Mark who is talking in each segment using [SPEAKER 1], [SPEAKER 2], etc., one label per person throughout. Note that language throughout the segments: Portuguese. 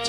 [SPEAKER 1] It's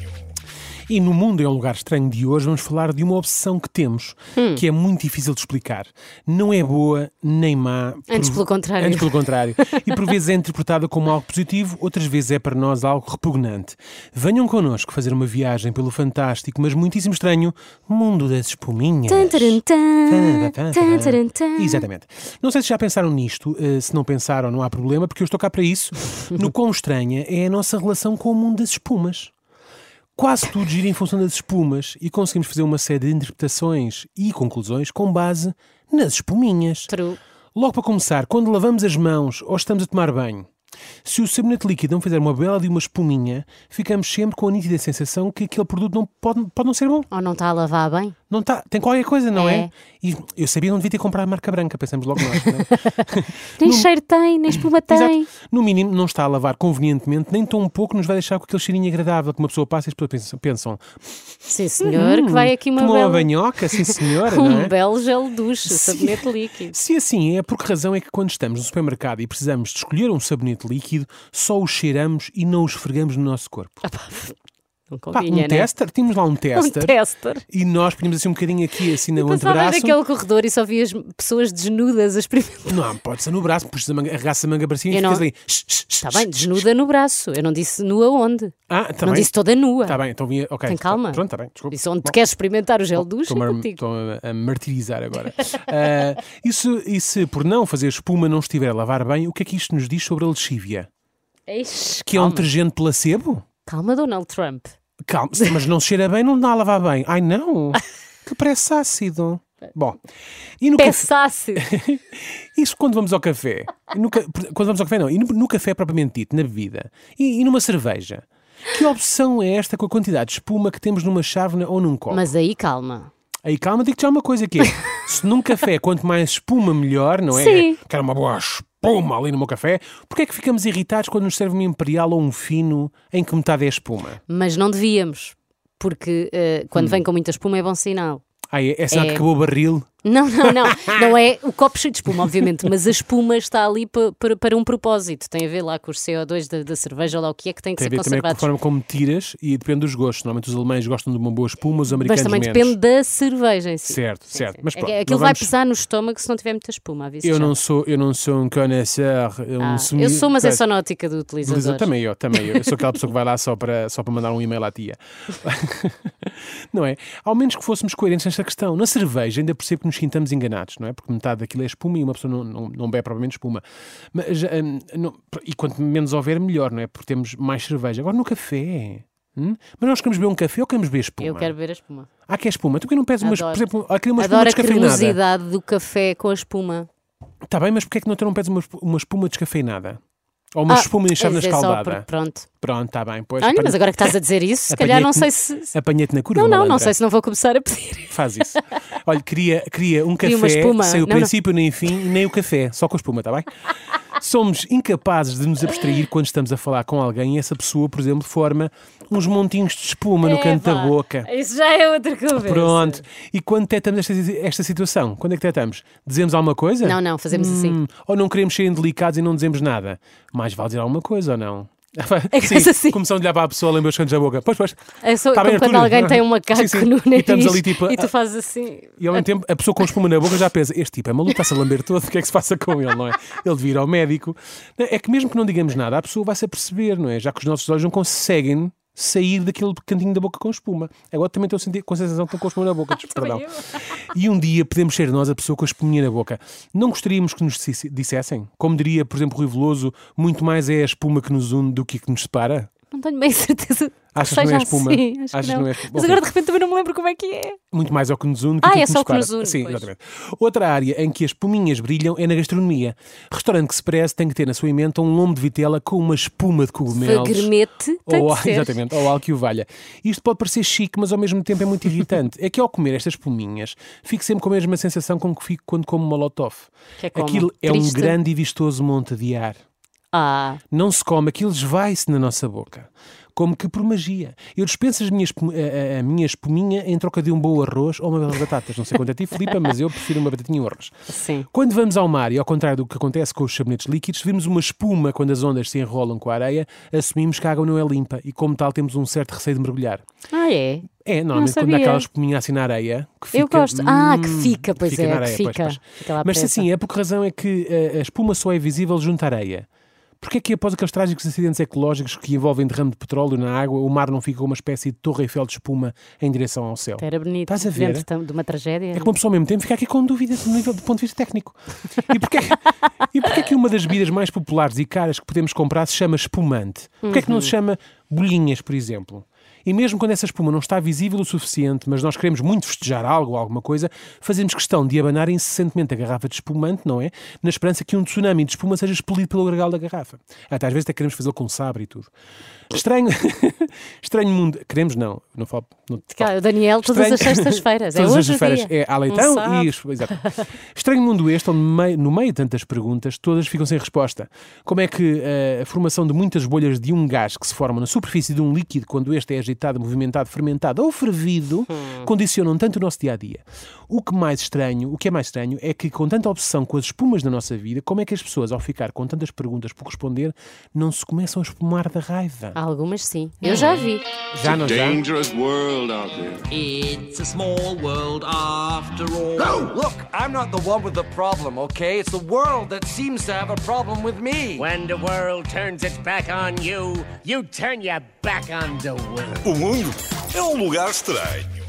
[SPEAKER 2] E no Mundo é um Lugar Estranho de hoje vamos falar de uma obsessão que temos,
[SPEAKER 3] Hum.
[SPEAKER 2] que é muito difícil de explicar. Não é boa nem má.
[SPEAKER 3] Antes
[SPEAKER 2] por-
[SPEAKER 3] pelo contrário.
[SPEAKER 2] Antes pelo contrário. e por vezes é interpretada como algo positivo, outras vezes é para nós algo repugnante. Venham connosco fazer uma viagem pelo fantástico, mas muitíssimo estranho, Mundo das Espuminhas.
[SPEAKER 3] Tan, taran, tan.
[SPEAKER 2] Tan, tan,
[SPEAKER 3] Tan,
[SPEAKER 2] tan.
[SPEAKER 3] taran, tan.
[SPEAKER 2] Exatamente. Não sei se já pensaram nisto, eh, se não pensaram, não há problema, porque eu estou cá para isso. No quão estranha é a nossa relação com o mundo das espumas. Quase tudo gira em função das espumas e conseguimos fazer uma série de interpretações e conclusões com base nas espuminhas.
[SPEAKER 3] True.
[SPEAKER 2] Logo para começar, quando lavamos as mãos ou estamos a tomar banho, se o sabonete líquido não fizer uma bela de uma espuminha, ficamos sempre com a nítida sensação que aquele produto não pode, pode não ser bom.
[SPEAKER 3] Ou não está a lavar bem?
[SPEAKER 2] Não tá, tem qualquer coisa, não é?
[SPEAKER 3] É.
[SPEAKER 2] E eu sabia que não devia ter comprado a marca branca, pensamos logo nós. não é?
[SPEAKER 3] Nem cheiro tem, nem espuma tem.
[SPEAKER 2] Exato. No mínimo, não está a lavar convenientemente, nem tão pouco nos vai deixar com aquele cheirinho agradável que uma pessoa passa e as pessoas pensam, pensam
[SPEAKER 3] Sim, senhor, que vai É aqui uma
[SPEAKER 2] tomou uma
[SPEAKER 3] bela...
[SPEAKER 2] banhoca, sim senhora, não
[SPEAKER 3] Um
[SPEAKER 2] é?
[SPEAKER 3] belo gel duche,
[SPEAKER 2] Sim.
[SPEAKER 3] sabonete líquido.
[SPEAKER 2] Se assim é, por que razão é que quando estamos no supermercado e precisamos de escolher um sabonete líquido, só o cheiramos e não o esfregamos no nosso corpo?
[SPEAKER 3] Não
[SPEAKER 2] Pá, um
[SPEAKER 3] convinha, Ah, né?
[SPEAKER 2] tester? Tínhamos lá um tester.
[SPEAKER 3] Um tester.
[SPEAKER 2] E nós punhamos assim um bocadinho aqui, assim, no
[SPEAKER 3] Passava
[SPEAKER 2] antebraço.
[SPEAKER 3] naquele corredor e só vias pessoas desnudas a experimentar.
[SPEAKER 2] Não, pode ser no braço, puxas a manga, arregaças a manga para cima e
[SPEAKER 3] Eu não-
[SPEAKER 2] ficas ali.
[SPEAKER 3] Está Tá bem, desnuda no braço. Eu não disse nua onde.
[SPEAKER 2] Ah, tá
[SPEAKER 3] não
[SPEAKER 2] bem.
[SPEAKER 3] disse toda nua.
[SPEAKER 2] Está bem, então vinha. Ok.
[SPEAKER 3] Tem calma.
[SPEAKER 2] Pronto, está bem, desculpa.
[SPEAKER 3] Disse onde te queres experimentar o gel duche, é
[SPEAKER 2] Estou-me a-
[SPEAKER 3] contigo.
[SPEAKER 2] Estou-me a, a martirizar agora. Ah, e, se, e se por não fazer espuma não estiver a lavar bem, o que é que isto nos diz sobre a lexívia?
[SPEAKER 3] Eish,
[SPEAKER 2] Que é um detergente placebo?
[SPEAKER 3] Calma, Donald Trump.
[SPEAKER 2] Calma, se- mas não se cheira bem, não dá a lavar bem. Ai não! Que parece ácido. Bom, e no café,
[SPEAKER 3] Pensasse.
[SPEAKER 2] isso quando vamos ao café? No ca- quando vamos ao café, não. E no, no café propriamente dito, na bebida. E, e numa cerveja? Que obsessão é esta com a quantidade de espuma que temos numa chávena ou num copo?
[SPEAKER 3] Mas aí calma.
[SPEAKER 2] Aí calma, digo-te já uma coisa que é, se num café quanto mais espuma melhor, não é?
[SPEAKER 3] Sim.
[SPEAKER 2] Quero uma boa espuma ali no meu café. Porquê é que ficamos irritados quando nos serve um imperial ou um fino em que metade é espuma?
[SPEAKER 3] Mas não devíamos. Porque eh, quando
[SPEAKER 2] Hum.
[SPEAKER 3] vem com muita espuma é bom sinal.
[SPEAKER 2] Ah, é, é sinal que
[SPEAKER 3] É.
[SPEAKER 2] acabou o barril?
[SPEAKER 3] Não, não, não. Não é o copo cheio de espuma, obviamente, mas a espuma está ali pa- para, para um propósito. Tem a ver lá com os CO2 da, da cerveja, ou lá o que é que tem que
[SPEAKER 2] Tem a
[SPEAKER 3] ser
[SPEAKER 2] ver também com a
[SPEAKER 3] conservado.
[SPEAKER 2] forma como tiras e depende dos gostos. Normalmente os alemães gostam de uma boa espuma, os
[SPEAKER 3] Mas
[SPEAKER 2] americanos
[SPEAKER 3] também
[SPEAKER 2] menos.
[SPEAKER 3] depende da cerveja em si.
[SPEAKER 2] Certo, certo. Mas
[SPEAKER 3] É-
[SPEAKER 2] pronto,
[SPEAKER 3] Aquilo
[SPEAKER 2] não
[SPEAKER 3] vai
[SPEAKER 2] vamos-
[SPEAKER 3] pesar no estômago se não tiver muita espuma, aviso
[SPEAKER 2] Eu
[SPEAKER 3] já.
[SPEAKER 2] não sou, eu não sou um connoisseur, um
[SPEAKER 3] Ah,
[SPEAKER 2] sumi-
[SPEAKER 3] eu sou, mas é
[SPEAKER 2] Pois.
[SPEAKER 3] só na ótica do
[SPEAKER 2] Utiliza-
[SPEAKER 3] utilizador.
[SPEAKER 2] Também eu, também eu. Eu sou aquela pessoa que vai lá só para, só para mandar um e-mail à tia. não é? Ao menos que fôssemos coerentes nesta questão. Na cerveja ainda percebo que nos sintamos enganados, não é? Porque metade daquilo é espuma e uma pessoa não, não, não bebe propriamente espuma. Mas, hum, não- e quanto menos houver, melhor, não é? Porque temos mais cerveja. Agora no café... hum? Mas nós queremos beber um café ou queremos beber espuma?
[SPEAKER 3] Eu quero ver a espuma.
[SPEAKER 2] Ah, quer espuma? Tu que não pedes uma,
[SPEAKER 3] Adoro.
[SPEAKER 2] por exemplo, ah, queria uma espuma
[SPEAKER 3] Adoro a
[SPEAKER 2] descafeinada?
[SPEAKER 3] cremosidade do café com a espuma.
[SPEAKER 2] Está bem, mas porquê é que não, tu não pedes uma, esp- uma espuma descafeinada? Ou uma espuma em chávena
[SPEAKER 3] é só
[SPEAKER 2] escaldada?
[SPEAKER 3] por- pronto.
[SPEAKER 2] Pronto, está bem. Pois,
[SPEAKER 3] Olha,
[SPEAKER 2] para-
[SPEAKER 3] mas agora que estás a dizer isso, se calhar não sei
[SPEAKER 2] Apanhei-te-
[SPEAKER 3] se. se-
[SPEAKER 2] Apanhei-te É na curva.
[SPEAKER 3] Não, não, não
[SPEAKER 2] malandra.
[SPEAKER 3] sei se não vou começar a pedir.
[SPEAKER 2] Faz isso. Olha, queria, queria um
[SPEAKER 3] Queria uma
[SPEAKER 2] café
[SPEAKER 3] espuma.
[SPEAKER 2] sem o
[SPEAKER 3] Não, não.
[SPEAKER 2] princípio nem fim, nem o café, só com a espuma, está bem? Somos incapazes de nos abstrair quando estamos a falar com alguém e essa pessoa, por exemplo, forma uns montinhos de espuma no canto da
[SPEAKER 3] Epá,
[SPEAKER 2] boca.
[SPEAKER 3] É, Isso já é outra conversa.
[SPEAKER 2] Pronto. E quando detectamos esta, esta situação? Quando é que detectamos? Dizemos alguma coisa?
[SPEAKER 3] Não, não, fazemos assim.
[SPEAKER 2] Hum, ou não queremos ser indelicados e não dizemos nada? Mais vale dizer alguma coisa ou não?
[SPEAKER 3] É que faz assim.
[SPEAKER 2] Começam a olhar para a pessoa, lembra os cantos da boca. Pois, pois.
[SPEAKER 3] É só
[SPEAKER 2] Tá bem,
[SPEAKER 3] como quando
[SPEAKER 2] Arthur?
[SPEAKER 3] alguém tem um macaco
[SPEAKER 2] Sim, sim.
[SPEAKER 3] no
[SPEAKER 2] E
[SPEAKER 3] nariz
[SPEAKER 2] estamos ali, tipo,
[SPEAKER 3] e tu
[SPEAKER 2] a-
[SPEAKER 3] fazes assim.
[SPEAKER 2] E ao mesmo tempo, a pessoa com espuma na boca já pensa: este tipo é maluco, está-se a lamber todo, o que é que se passa com ele, não é? Ele devia ir ao médico. Não, É que mesmo que não digamos nada, a pessoa vai-se a perceber, não é? Já que os nossos olhos não conseguem sair daquele cantinho da boca com espuma. Agora também estou a sentir com a sensação que estou com a espuma na boca, perdão. E um dia podemos ser nós a pessoa com a espuminha na boca. Não gostaríamos que nos disse- dissessem? Como diria, por exemplo, o Rui Veloso, muito mais é a espuma que nos une do que que nos separa?
[SPEAKER 3] Não tenho bem certeza.
[SPEAKER 2] Achas que não
[SPEAKER 3] que
[SPEAKER 2] é
[SPEAKER 3] seja
[SPEAKER 2] espuma?
[SPEAKER 3] assim, acho que
[SPEAKER 2] Achas que
[SPEAKER 3] não.
[SPEAKER 2] não é espuma?
[SPEAKER 3] Mas
[SPEAKER 2] Ok.
[SPEAKER 3] agora de repente também não me lembro como é que é.
[SPEAKER 2] muito mais ao que nos une que
[SPEAKER 3] Ah,
[SPEAKER 2] aquilo
[SPEAKER 3] é
[SPEAKER 2] que
[SPEAKER 3] só
[SPEAKER 2] nos
[SPEAKER 3] o que nos
[SPEAKER 2] separa.
[SPEAKER 3] une,
[SPEAKER 2] Sim,
[SPEAKER 3] pois.
[SPEAKER 2] exatamente. Outra área em que as espuminhas brilham é na gastronomia. Restaurante que se preze tem que ter na sua emenda um lombo de vitela com uma espuma de cogumelos.
[SPEAKER 3] Fagremete tem
[SPEAKER 2] Ou,
[SPEAKER 3] que
[SPEAKER 2] Oh,
[SPEAKER 3] ser.
[SPEAKER 2] ah, exatamente, ou algo que o valha. Isto pode parecer chique, mas ao mesmo tempo é muito irritante. É que ao comer estas espuminhas, fico sempre com a mesma sensação com que fico quando como molotov.
[SPEAKER 3] Que é como?
[SPEAKER 2] Aquilo é um
[SPEAKER 3] Triste.
[SPEAKER 2] grande e vistoso monte de ar.
[SPEAKER 3] Ah,
[SPEAKER 2] Não se come, aquilo esvai-se na nossa boca. Como que por magia. Eu dispenso as minhas, espum- a, a- a minha espuminha em troca de um bom arroz ou uma bela batatas. Não sei quanto é ti, Filipa, mas eu prefiro uma batatinha e um arroz.
[SPEAKER 3] sim.
[SPEAKER 2] Quando vamos ao mar, e ao contrário do que acontece com os sabonetes líquidos, vemos uma espuma quando as ondas se enrolam com a areia, assumimos que a água não é limpa e, como tal, temos um certo receio de mergulhar.
[SPEAKER 3] Ah, é?
[SPEAKER 2] É, normalmente
[SPEAKER 3] Não
[SPEAKER 2] quando há
[SPEAKER 3] sabia.
[SPEAKER 2] aquela espuminha assim na areia que fica.
[SPEAKER 3] Eu gosto. Ah, que
[SPEAKER 2] hum,
[SPEAKER 3] fica, pois é,
[SPEAKER 2] na
[SPEAKER 3] que
[SPEAKER 2] areia,
[SPEAKER 3] fica.
[SPEAKER 2] pois, pois.
[SPEAKER 3] Fica lá
[SPEAKER 2] Mas se
[SPEAKER 3] presa.
[SPEAKER 2] assim é, por que razão é que eh, a, espuma só é visível junto à areia? Porquê é que após aqueles trágicos acidentes ecológicos que envolvem derrame de petróleo na água, o mar não fica com uma espécie de torre Eiffel de espuma em direção ao céu?
[SPEAKER 3] Era bonito.
[SPEAKER 2] Estás a ver?
[SPEAKER 3] Dentro tam- de uma tragédia.
[SPEAKER 2] É que uma pessoa ao mesmo tempo fica aqui com dúvida do, nível, do ponto de vista técnico. E porquê, é e porquê é que uma das bebidas mais populares e caras que podemos comprar se chama espumante? Porquê é que não se chama bolhinhas, por exemplo? E mesmo quando essa espuma não está visível o suficiente, mas nós queremos muito festejar algo ou alguma coisa, fazemos questão de abanar incessantemente a garrafa de espumante, não é? Na esperança que um tsunami de espuma seja expelido pelo gargalo da garrafa. Até às vezes até queremos fazê-lo com sabre e tudo. Estranho, estranho mundo. Queremos não, não falo. Não,
[SPEAKER 3] Cara, o Daniel, todas
[SPEAKER 2] Estranho.
[SPEAKER 3] as sextas-feiras. é
[SPEAKER 2] Todas as
[SPEAKER 3] hoje o
[SPEAKER 2] sextas-feiras.
[SPEAKER 3] dia.
[SPEAKER 2] É à
[SPEAKER 3] Um
[SPEAKER 2] leitão
[SPEAKER 3] sábado.
[SPEAKER 2] e. os- Exato. Estranho mundo este, onde mei- no meio de tantas perguntas, todas ficam sem resposta. Como é que eh, a formação de muitas bolhas de um gás que se formam na superfície de um líquido quando este é agitado, movimentado, fermentado ou fervido
[SPEAKER 3] Hum.
[SPEAKER 2] condicionam tanto o nosso dia a dia? O que mais estranho, o que é mais estranho é que com tanta obsessão com as espumas da nossa vida, como é que as pessoas, ao ficar com tantas perguntas por responder, não se começam a espumar da raiva?
[SPEAKER 3] Algumas sim. Eu já vi.
[SPEAKER 2] Já não já?
[SPEAKER 1] Dangerous world out there.
[SPEAKER 4] It's a small world after all.
[SPEAKER 5] Look, I'm not the one with the problem, okay? It's the world that seems to have a problem with me.
[SPEAKER 6] When the world turns its back on you, you turn your back on the world.
[SPEAKER 7] O mundo é um lugar estranho.